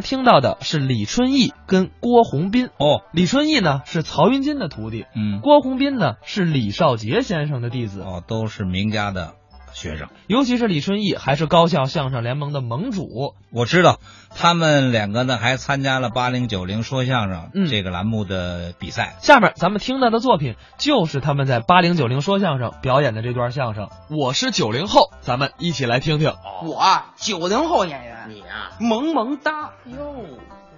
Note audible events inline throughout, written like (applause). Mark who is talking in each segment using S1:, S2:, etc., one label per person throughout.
S1: 听到的是李春义跟郭宏斌。
S2: 哦，
S1: 李春义呢是曹云金的徒弟，
S2: 嗯，
S1: 郭宏斌呢是李少杰先生的弟子。
S2: 哦，都是名家的学生。
S1: 尤其是李春义，还是高校相声联盟的盟主。
S2: 我知道他们两个呢，还参加了八零九零说相声、
S1: 嗯
S2: 这个栏目的比赛。
S1: 下面咱们听到的作品就是他们在八零九零说相声表演的这段相声。我是九零后，咱们一起来听听。
S3: 我啊九零后演员，
S4: 你呀、
S3: 萌萌哒，
S4: 哟，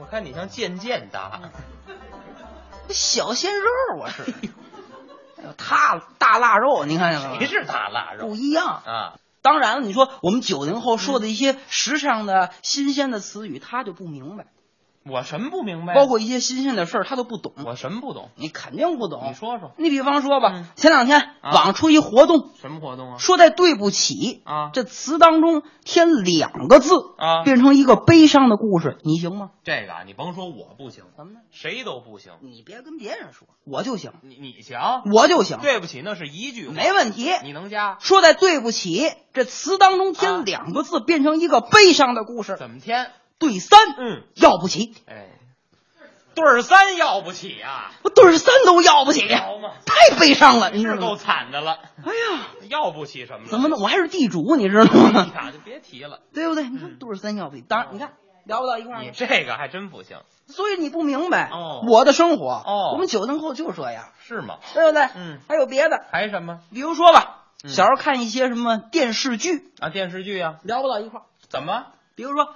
S4: 我看你像渐渐的，
S3: 小鲜肉我是，哎呦，他大腊肉，你看见了吗
S4: 谁？是大腊
S3: 不
S4: 肉
S3: 一样。
S4: 啊？
S3: 当然了，你说我们九零后说的一些时尚的、新鲜的词语，他就不明白，
S4: 我什么不明白呀
S3: 包括一些新鲜的事儿，他都不懂。
S4: 我什么不懂？
S3: 你肯定不懂。
S4: 你，说说
S3: 你比方说吧，
S4: 嗯
S3: 前两天
S4: 啊
S3: 网出一活动，
S4: 什么活动啊？
S3: 说在“对不起”
S4: 啊
S3: 这词当中添两个字，
S4: 啊，
S3: 变成一个悲伤的故事，你行吗？
S4: 这个啊，你甭说我不行，
S3: 怎么呢？
S4: 谁都不行。
S3: 你别跟别人说，我就行，
S4: 你你行？
S3: 我就行。
S4: 对不起，那是一句话
S3: 没问题。
S4: 你能加？
S3: 说在“对不起”这词当中添
S4: 啊
S3: 两个字，变成一个悲伤的故事。
S4: 怎么添？
S3: 对三，
S4: 嗯，
S3: 要不起，
S4: 哎，对儿三要不起呀、
S3: 我对三都要不起，
S4: 好嘛，
S3: 太悲伤了，你知
S4: 是
S3: 道
S4: 够
S3: 吗？
S4: 惨的了，
S3: 哎呀，
S4: 要不起什么了？
S3: 怎么弄？我还啊是地主，你知道
S4: 哎
S3: 吗？
S4: 呀，就别提了，
S3: 对不对？你看对三要不起，当然你看聊不到一块儿
S4: 嗯哦你
S3: 去，
S4: 这个还真不行，
S3: 所以你不明白
S4: 哦
S3: 我的生活。
S4: 哦
S3: 我们九零后就这样，
S4: 是吗？
S3: 对不对？
S4: 嗯
S3: 还有别的，
S4: 还什么
S3: 比如说吧，
S4: 嗯
S3: 小时候看一些什么电视剧，
S4: 啊？电视剧啊？
S3: 聊不到一块儿。
S4: 怎么？
S3: 比如说，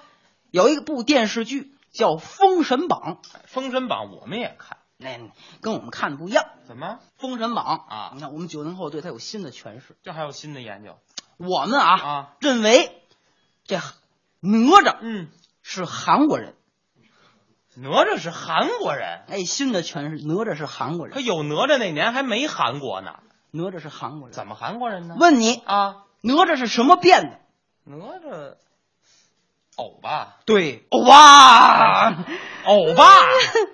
S3: 有一部电视剧叫《封神榜》，
S4: 《封神榜》我们也看，
S3: 那跟我们看的不一样。
S4: 怎么？
S3: 《封神榜》
S4: 啊
S3: 你看我们九零后对它有新的诠释。
S4: 这还有新的研究
S3: 我们啊
S4: 啊？
S3: 认为这哪吒
S4: 嗯，
S3: 是韩国人，
S4: 哪吒是韩国人，
S3: 哎，新的诠释，哪吒是韩国
S4: 可
S3: 人，
S4: 有哪吒那年还没韩国呢，
S3: 哪吒是韩国人。
S4: 怎么韩国人呢？
S3: 问你，
S4: 啊，
S3: 哪吒是什么变的？
S4: 哪吒，欧巴，
S3: 对，欧巴，(laughs)
S4: 欧巴，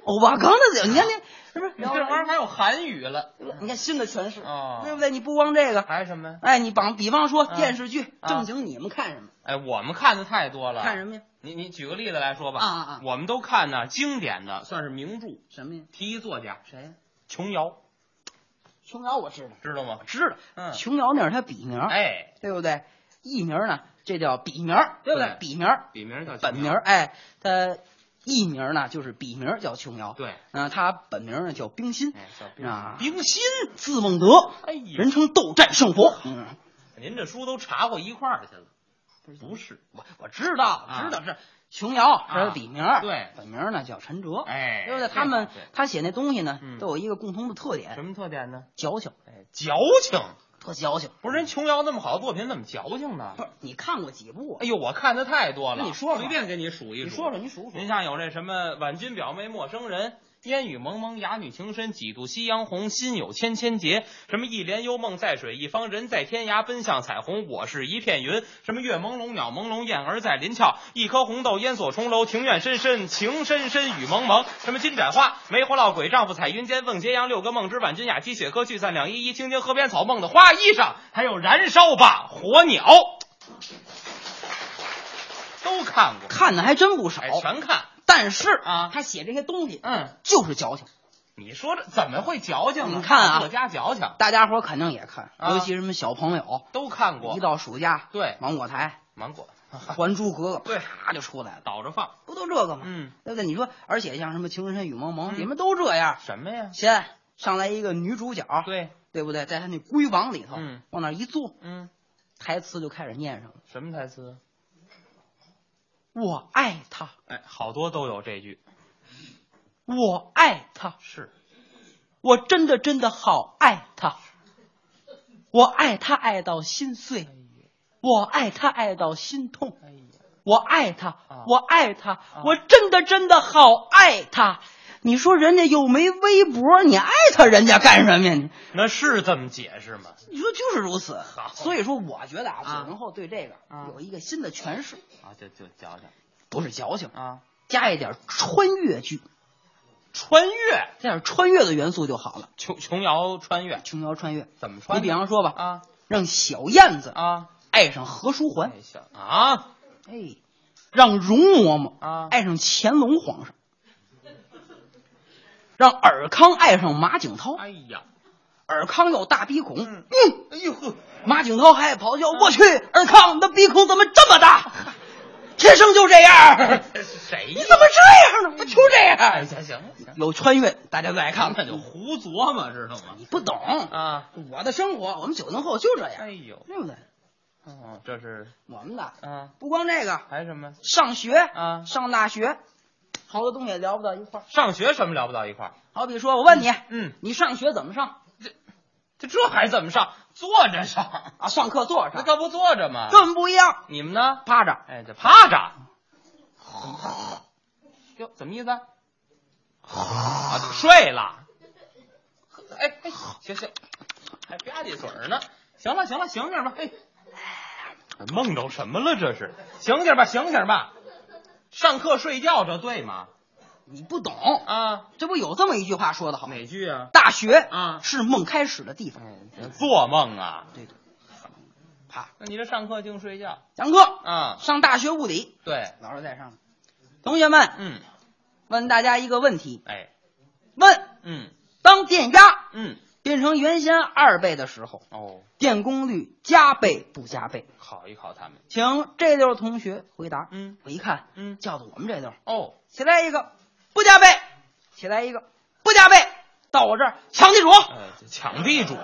S3: 欧巴刚才你看那是不是？
S4: 你这玩意儿还有韩语了
S3: 你看新的诠释，
S4: 啊？
S3: 对不对？你不光这个，
S4: 还有什么？
S3: 哎，你绑比方说
S4: 啊
S3: 电视剧
S4: 啊
S3: 正经，你们看什么？
S4: 哎，我们看的太多了。
S3: 看什么呀？
S4: 你你举个例子来说吧。
S3: 啊啊啊
S4: 我们都看呢经典的，算是名著。
S3: 什么呀？
S4: 第一作家
S3: 谁呀？
S4: 琼瑶，
S3: 琼瑶我知道，
S4: 知道吗？
S3: 知道。
S4: 嗯，
S3: 琼瑶那是他笔名，
S4: 哎，
S3: 对不对？艺名呢，这叫笔名，对不对
S4: 对？
S3: 笔名，
S4: 笔名叫琼瑶
S3: 本名，哎，他艺名呢就是笔名叫琼瑶，
S4: 对，
S3: 啊，他本名呢叫冰心，
S4: 哎，小兵
S3: 啊，
S4: 冰心，
S3: 字孟德，
S4: 哎呀，
S3: 人称斗战胜佛。嗯，
S4: 您这书都查过一块儿去了，不是？
S3: 我我知道，
S4: 啊
S3: 知道这琼瑶这是笔名，
S4: 对
S3: 本名呢叫陈 (laughs) 哲，
S4: 哎，
S3: 对不对？他们
S4: 对
S3: 他写那东西呢
S4: 嗯
S3: 都有一个共同的特点，
S4: 哎什么特点呢？
S3: 矫情，
S4: 哎，矫情，
S3: 特矫情。
S4: 不是人琼瑶那么好的作品怎么矫情呢
S3: 不？是你看过几部啊
S4: 哎？呦，我看的太多了，
S3: 那你说说
S4: 随便给你数一数。
S3: 你说说，你数数
S4: 您。像有这什么《婉君表妹陌生人》。烟雨蒙蒙，哑女情深，几度夕阳红，心有千千结。什么一帘幽梦在水一方，人在天涯奔向彩虹，我是一片云。什么月朦胧，鸟朦胧，燕儿在林峭，一颗红豆烟锁重楼，庭院深深，情深深雨蒙蒙。什么金盏花，梅花落鬼，丈夫彩云间，问斜阳，六个梦之晚君雅集，雪珂聚散两依依，青青河边草，梦的花衣裳，还有燃烧吧火鸟，都看过，
S3: 看的还真不少，
S4: 哎，全看。
S3: 但是
S4: 啊
S3: 他写这些东西
S4: 嗯，
S3: 就是矫情。
S4: 你说这怎么会矫情呢？
S3: 你看啊
S4: 作家矫情
S3: 大家伙儿肯定也看，
S4: 啊
S3: 尤其什么小朋友，
S4: 都看过
S3: 一，到暑假，
S4: 对
S3: 芒果
S4: (laughs)
S3: 台、
S4: 芒果
S3: 《还珠格格》
S4: 对
S3: 啪就出来了，
S4: 倒着放，
S3: 不都这个吗？
S4: 嗯，
S3: 对不对？你说，而且像什么《情深深雨蒙蒙》，
S4: 嗯
S3: 里面都这样。
S4: 什么呀？
S3: 先上来一个女主角，
S4: 对，
S3: 对不对？在她那闺房里头，
S4: 嗯
S3: 往那儿一坐，
S4: 嗯，
S3: 台词就开始念上了
S4: 什么台词？：“
S3: 我爱他，
S4: 哎，好多都有这句，
S3: 我爱他，
S4: 是
S3: 我真的真的好爱他，我爱他爱到心碎，我爱他爱到心痛。”
S4: 哎呀，
S3: 我爱他
S4: 啊，
S3: 我爱他，我真的真的好爱他。你说人家又没微博，你爱他人家干什么呀？你
S4: 那是这么解释吗？
S3: 你说就是如此。
S4: 好
S3: 所以说我觉得啊，
S4: 啊
S3: 九零后对这个
S4: 啊
S3: 有一个新的诠释，
S4: 啊，就就矫情
S3: 不是矫情，
S4: 啊，
S3: 加一点穿越剧，
S4: 穿越，
S3: 加点穿越的元素就好了。
S4: 琼琼瑶穿越
S3: 琼瑶穿越，
S4: 怎么穿
S3: 你
S4: 呢？
S3: 比方说吧，
S4: 啊
S3: 让小燕子
S4: 啊，
S3: 爱上何书桓，
S4: 哎小啊，
S3: 哎，让容嬷嬷
S4: 啊
S3: 爱上乾隆皇上，让尔康爱上马景涛，
S4: 哎呀，
S3: 尔康有大鼻孔，
S4: 嗯
S3: 嗯，
S4: 哎呦呵，
S3: 马景涛还咆哮：“我去，尔康，你的鼻孔怎么这么大？天生就这样，
S4: 这是谁
S3: 你
S4: 呀？
S3: 怎么这样呢？我就这
S4: 哎，
S3: 样。
S4: 行行了行”，
S3: 有穿越，大家都爱看，
S4: 那就胡琢磨，知道吗？
S3: 你不懂
S4: 啊，
S3: 我的生活，我们九零后就这
S4: 哎
S3: 样，
S4: 呦，
S3: 对不对？
S4: 哦，这是
S3: 我们的
S4: 啊，
S3: 不光这个，
S4: 还什么？
S3: 上学
S4: 啊
S3: 上大学，好多东西也聊不到一块儿。
S4: 上学什么聊不到一块儿？
S3: 好比说，我问你，
S4: 嗯，
S3: 你上学怎么上
S4: 这这还怎么上？坐着上，
S3: 啊？上课坐着
S4: 那
S3: 上，
S4: 可不坐着吗？
S3: 根本不一样，
S4: 你们呢？
S3: 趴着。
S4: 哎，这趴着。哟，什么意思啊？
S3: (sighs)
S4: 啊，睡了。哎哎，行行，还吧唧嘴儿呢。行了行了，醒醒吧。嘿，梦着什么了？这是醒醒吧，醒醒吧。上课睡觉这对吗？
S3: 你不懂，
S4: 啊，
S3: 这不有这么一句话说得好吗？
S4: 哪句啊？
S3: 大学
S4: 啊嗯
S3: 是梦开始的地方。
S4: 做梦啊！
S3: 对对，啪，
S4: 那你这上课净睡觉
S3: 讲课
S4: 啊？
S3: 上大学物理，
S4: 对，
S3: 老师在上面。同学们，
S4: 嗯，
S3: 问大家一个问题：
S4: 哎，
S3: 问
S4: 嗯
S3: 当电压
S4: 嗯，
S3: 变成原先二倍的时候，
S4: 哦，
S3: 电功率加倍不加倍？
S4: 考一考他们。
S3: 请这溜儿同学回答。
S4: 嗯
S3: 我一看，
S4: 嗯，
S3: 叫的我们这溜儿，
S4: 哦，
S3: 起来一个不加倍，起来一个不加倍，到我这儿抢地主，
S4: 呃，这抢地主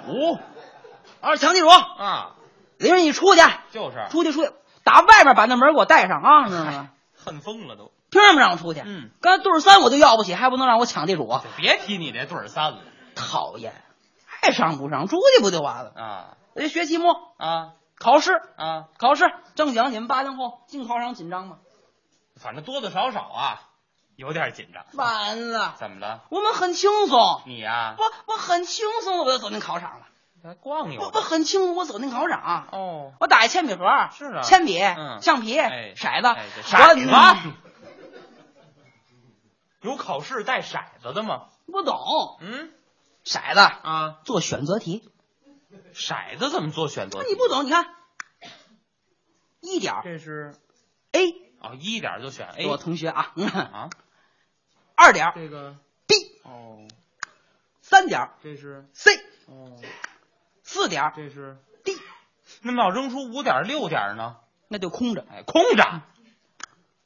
S3: 我说抢地主，
S4: 啊，
S3: 领着你出去，
S4: 就是
S3: 出去出去，打外边把那门给我带上啊，知道吗？
S4: 恨疯了都。
S3: 凭什么让我出去？
S4: 嗯，
S3: 刚才对儿三我就要不起，还不能让我抢地主，啊
S4: 别提你这对儿三了
S3: 讨厌，爱上不上，出去不就完了？
S4: 啊
S3: 人家学期末
S4: 啊
S3: 考试，
S4: 啊！
S3: 考试正经，你们八零后进考场紧张吗？
S4: 反正多多少少啊，有点紧张。
S3: 完了，
S4: 怎么了？
S3: 我们很轻松。
S4: 你呀、
S3: 我我很轻松的我就走进考场了，
S4: 逛悠
S3: 我我很轻松我走进考场，啊
S4: 哦，
S3: 我打一铅笔盒，
S4: 是啊
S3: 铅笔、
S4: 嗯
S3: 橡皮、
S4: 哎
S3: 骰子，
S4: 哎，这
S3: 我
S4: 骰子，有考试带骰子的吗？
S3: 不懂
S4: 嗯
S3: 骰子
S4: 啊，
S3: 做选择题，
S4: 骰子怎么做选择
S3: 那
S4: 题？
S3: 你不懂，你看一点儿
S4: 这是
S3: A，
S4: 哦，一点就选 A
S3: 我同学啊，嗯
S4: 啊，
S3: 二点儿
S4: 这个
S3: B，
S4: 哦，
S3: 三点儿
S4: 这是
S3: C，
S4: 哦，
S3: 四点儿
S4: 这是
S3: D，
S4: 那么要扔出五点六点呢？
S3: 那就空着，
S4: 哎，空着，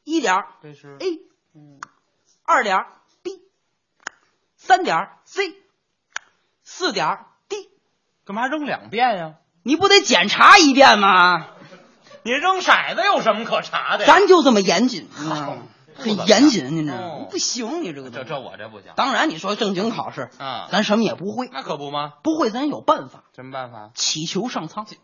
S3: 一点儿
S4: 这是
S3: A，二
S4: 嗯
S3: 点儿 B，三点儿 C，四点儿 D，
S4: 干嘛扔两遍呀？
S3: 你不得检查一遍吗？
S4: 你扔骰子有什么可查
S3: (laughs)
S4: 的呀？
S3: 咱就这么严谨，嗯
S4: 不怎么
S3: 很
S4: 样
S3: 严谨，你知道吗
S4: 哦？
S3: 不行，你这个
S4: 这
S3: 东
S4: 这
S3: 西。
S4: 我这不行
S3: 当然，你说正经考试，
S4: 啊，
S3: 咱什么也不会，
S4: 那可不吗？
S3: 不会咱有办法，
S4: 什么办法？
S3: 祈求上苍，
S4: 嗯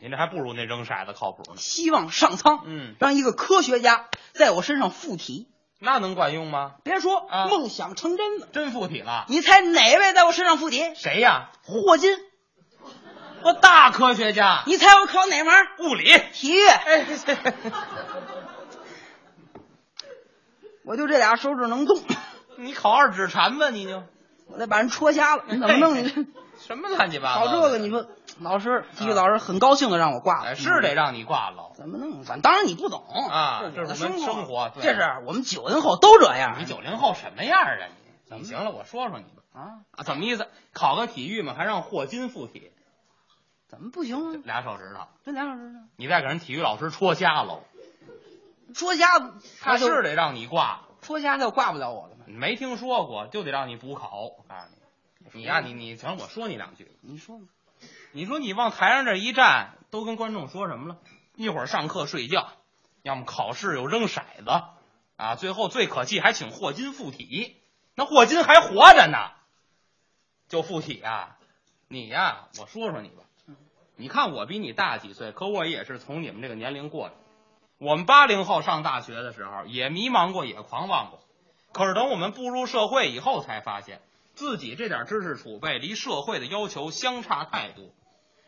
S4: 您这还不如那扔骰子靠谱呢。
S3: 希望上苍
S4: 嗯，
S3: 让一个科学家在我身上附体。
S4: 那能管用吗？
S3: 别说
S4: 啊
S3: 梦想成真了，
S4: 真附体了？
S3: 你猜哪位在我身上附体？
S4: 谁呀？
S3: 霍金。
S4: 我大科学家，
S3: 你猜我考哪门？
S4: 物理。
S3: 体育。
S4: 哎， (laughs)
S3: 我就这俩手指能
S4: (laughs)
S3: 动，
S4: 你考二指禅吧，你就
S3: 我得把人戳瞎了。你怎么弄？你这
S4: 什么乱七八糟
S3: 考
S4: 的？
S3: 这个，你说老师，体育老师很高兴的让我挂
S4: 嗯哎
S3: 了，
S4: 是得让你挂了。
S3: 怎么弄？反当然你不懂
S4: 啊
S3: 这
S4: 这是我们生活对
S3: 这是我们九零后都这样。
S4: 你九零后什么样啊你？你行了，我说说你吧。
S3: 啊，
S4: 啊，怎么意思？考个体育嘛，还让霍金附体，
S3: 怎么不行啊？
S4: 俩手指头，
S3: 这两小时呢
S4: 你再给人体育老师戳瞎喽，
S3: 戳瞎
S4: 他
S3: 就是
S4: 得让你挂。
S3: 戳瞎他就挂不了我了吗？
S4: 你没听说过，就得让你补考。我告诉你，你呀、你你行，我说你两句。
S3: 你说吧，
S4: 你说你往台上这一站，都跟观众说什么了？一会儿上课睡觉，要么考试又扔骰子，啊，最后最可气还请霍金附体。那霍金还活着呢，就附体啊！你呀、我说说你吧，你看我比你大几岁，可我也是从你们这个年龄过来。我们八零后上大学的时候也迷茫过，也狂妄过，可是等我们步入社会以后，才发现自己这点知识储备离社会的要求相差太多。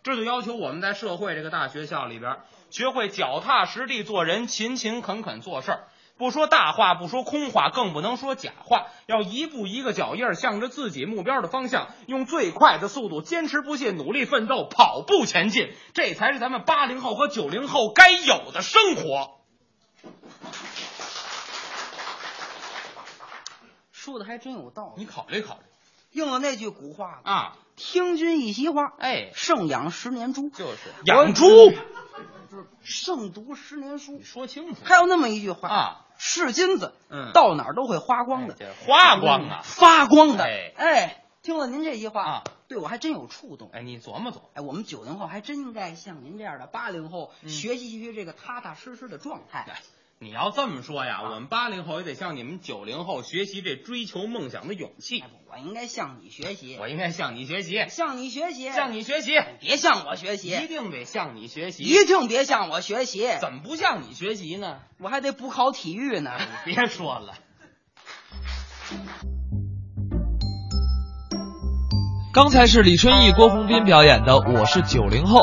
S4: 这就要求我们在社会这个大学校里边儿，学会脚踏实地做人，勤勤恳恳做事儿，不说大话，不说空话，更不能说假话，要一步一个脚印儿，向着自己目标的方向，用最快的速度，坚持不懈，努力奋斗，跑步前进，这才是咱们八零后和九零后该有的生活。
S3: 说的还真有道
S4: 你
S3: 理，
S4: 考虑考虑
S3: 应了那句古话了
S4: 啊！
S3: 听君一席话，
S4: 哎，
S3: 胜养十年猪，
S4: 就是
S3: 养
S4: 猪，
S3: 不是胜读十年书
S4: 你。说清楚
S3: 还有那么一句话，
S4: 嗯啊！
S3: 是金子，
S4: 嗯哎
S3: 到哪儿都会花光的，
S4: 这花光
S3: 嗯
S4: 啊！
S3: 发光的。
S4: 哎
S3: 哎，听了您这句话
S4: 啊，
S3: 对我还真有触动。
S4: 哎，你琢磨琢磨，
S3: 哎，我们九零后还真应该像您这样的八零后，
S4: 嗯
S3: 学习学习这个踏踏实实的状态。
S4: 哎，你要这么说呀，我们八零后也得向你们九零后学习这追求梦想的勇气
S3: 哎。，我应该向你学习，
S4: 我应该向你学习，
S3: 向你学习，
S4: 向你学习，
S3: 别向我学
S4: 一
S3: 习，
S4: 定得向你学习。
S3: 一定别向我学习，
S4: 怎么不向你学习呢？
S3: 我还得补考体育
S4: (laughs)
S3: 呢。
S4: 哎你别说了，
S1: 刚才是李春毅、郭宏斌表演的《我是九零后》，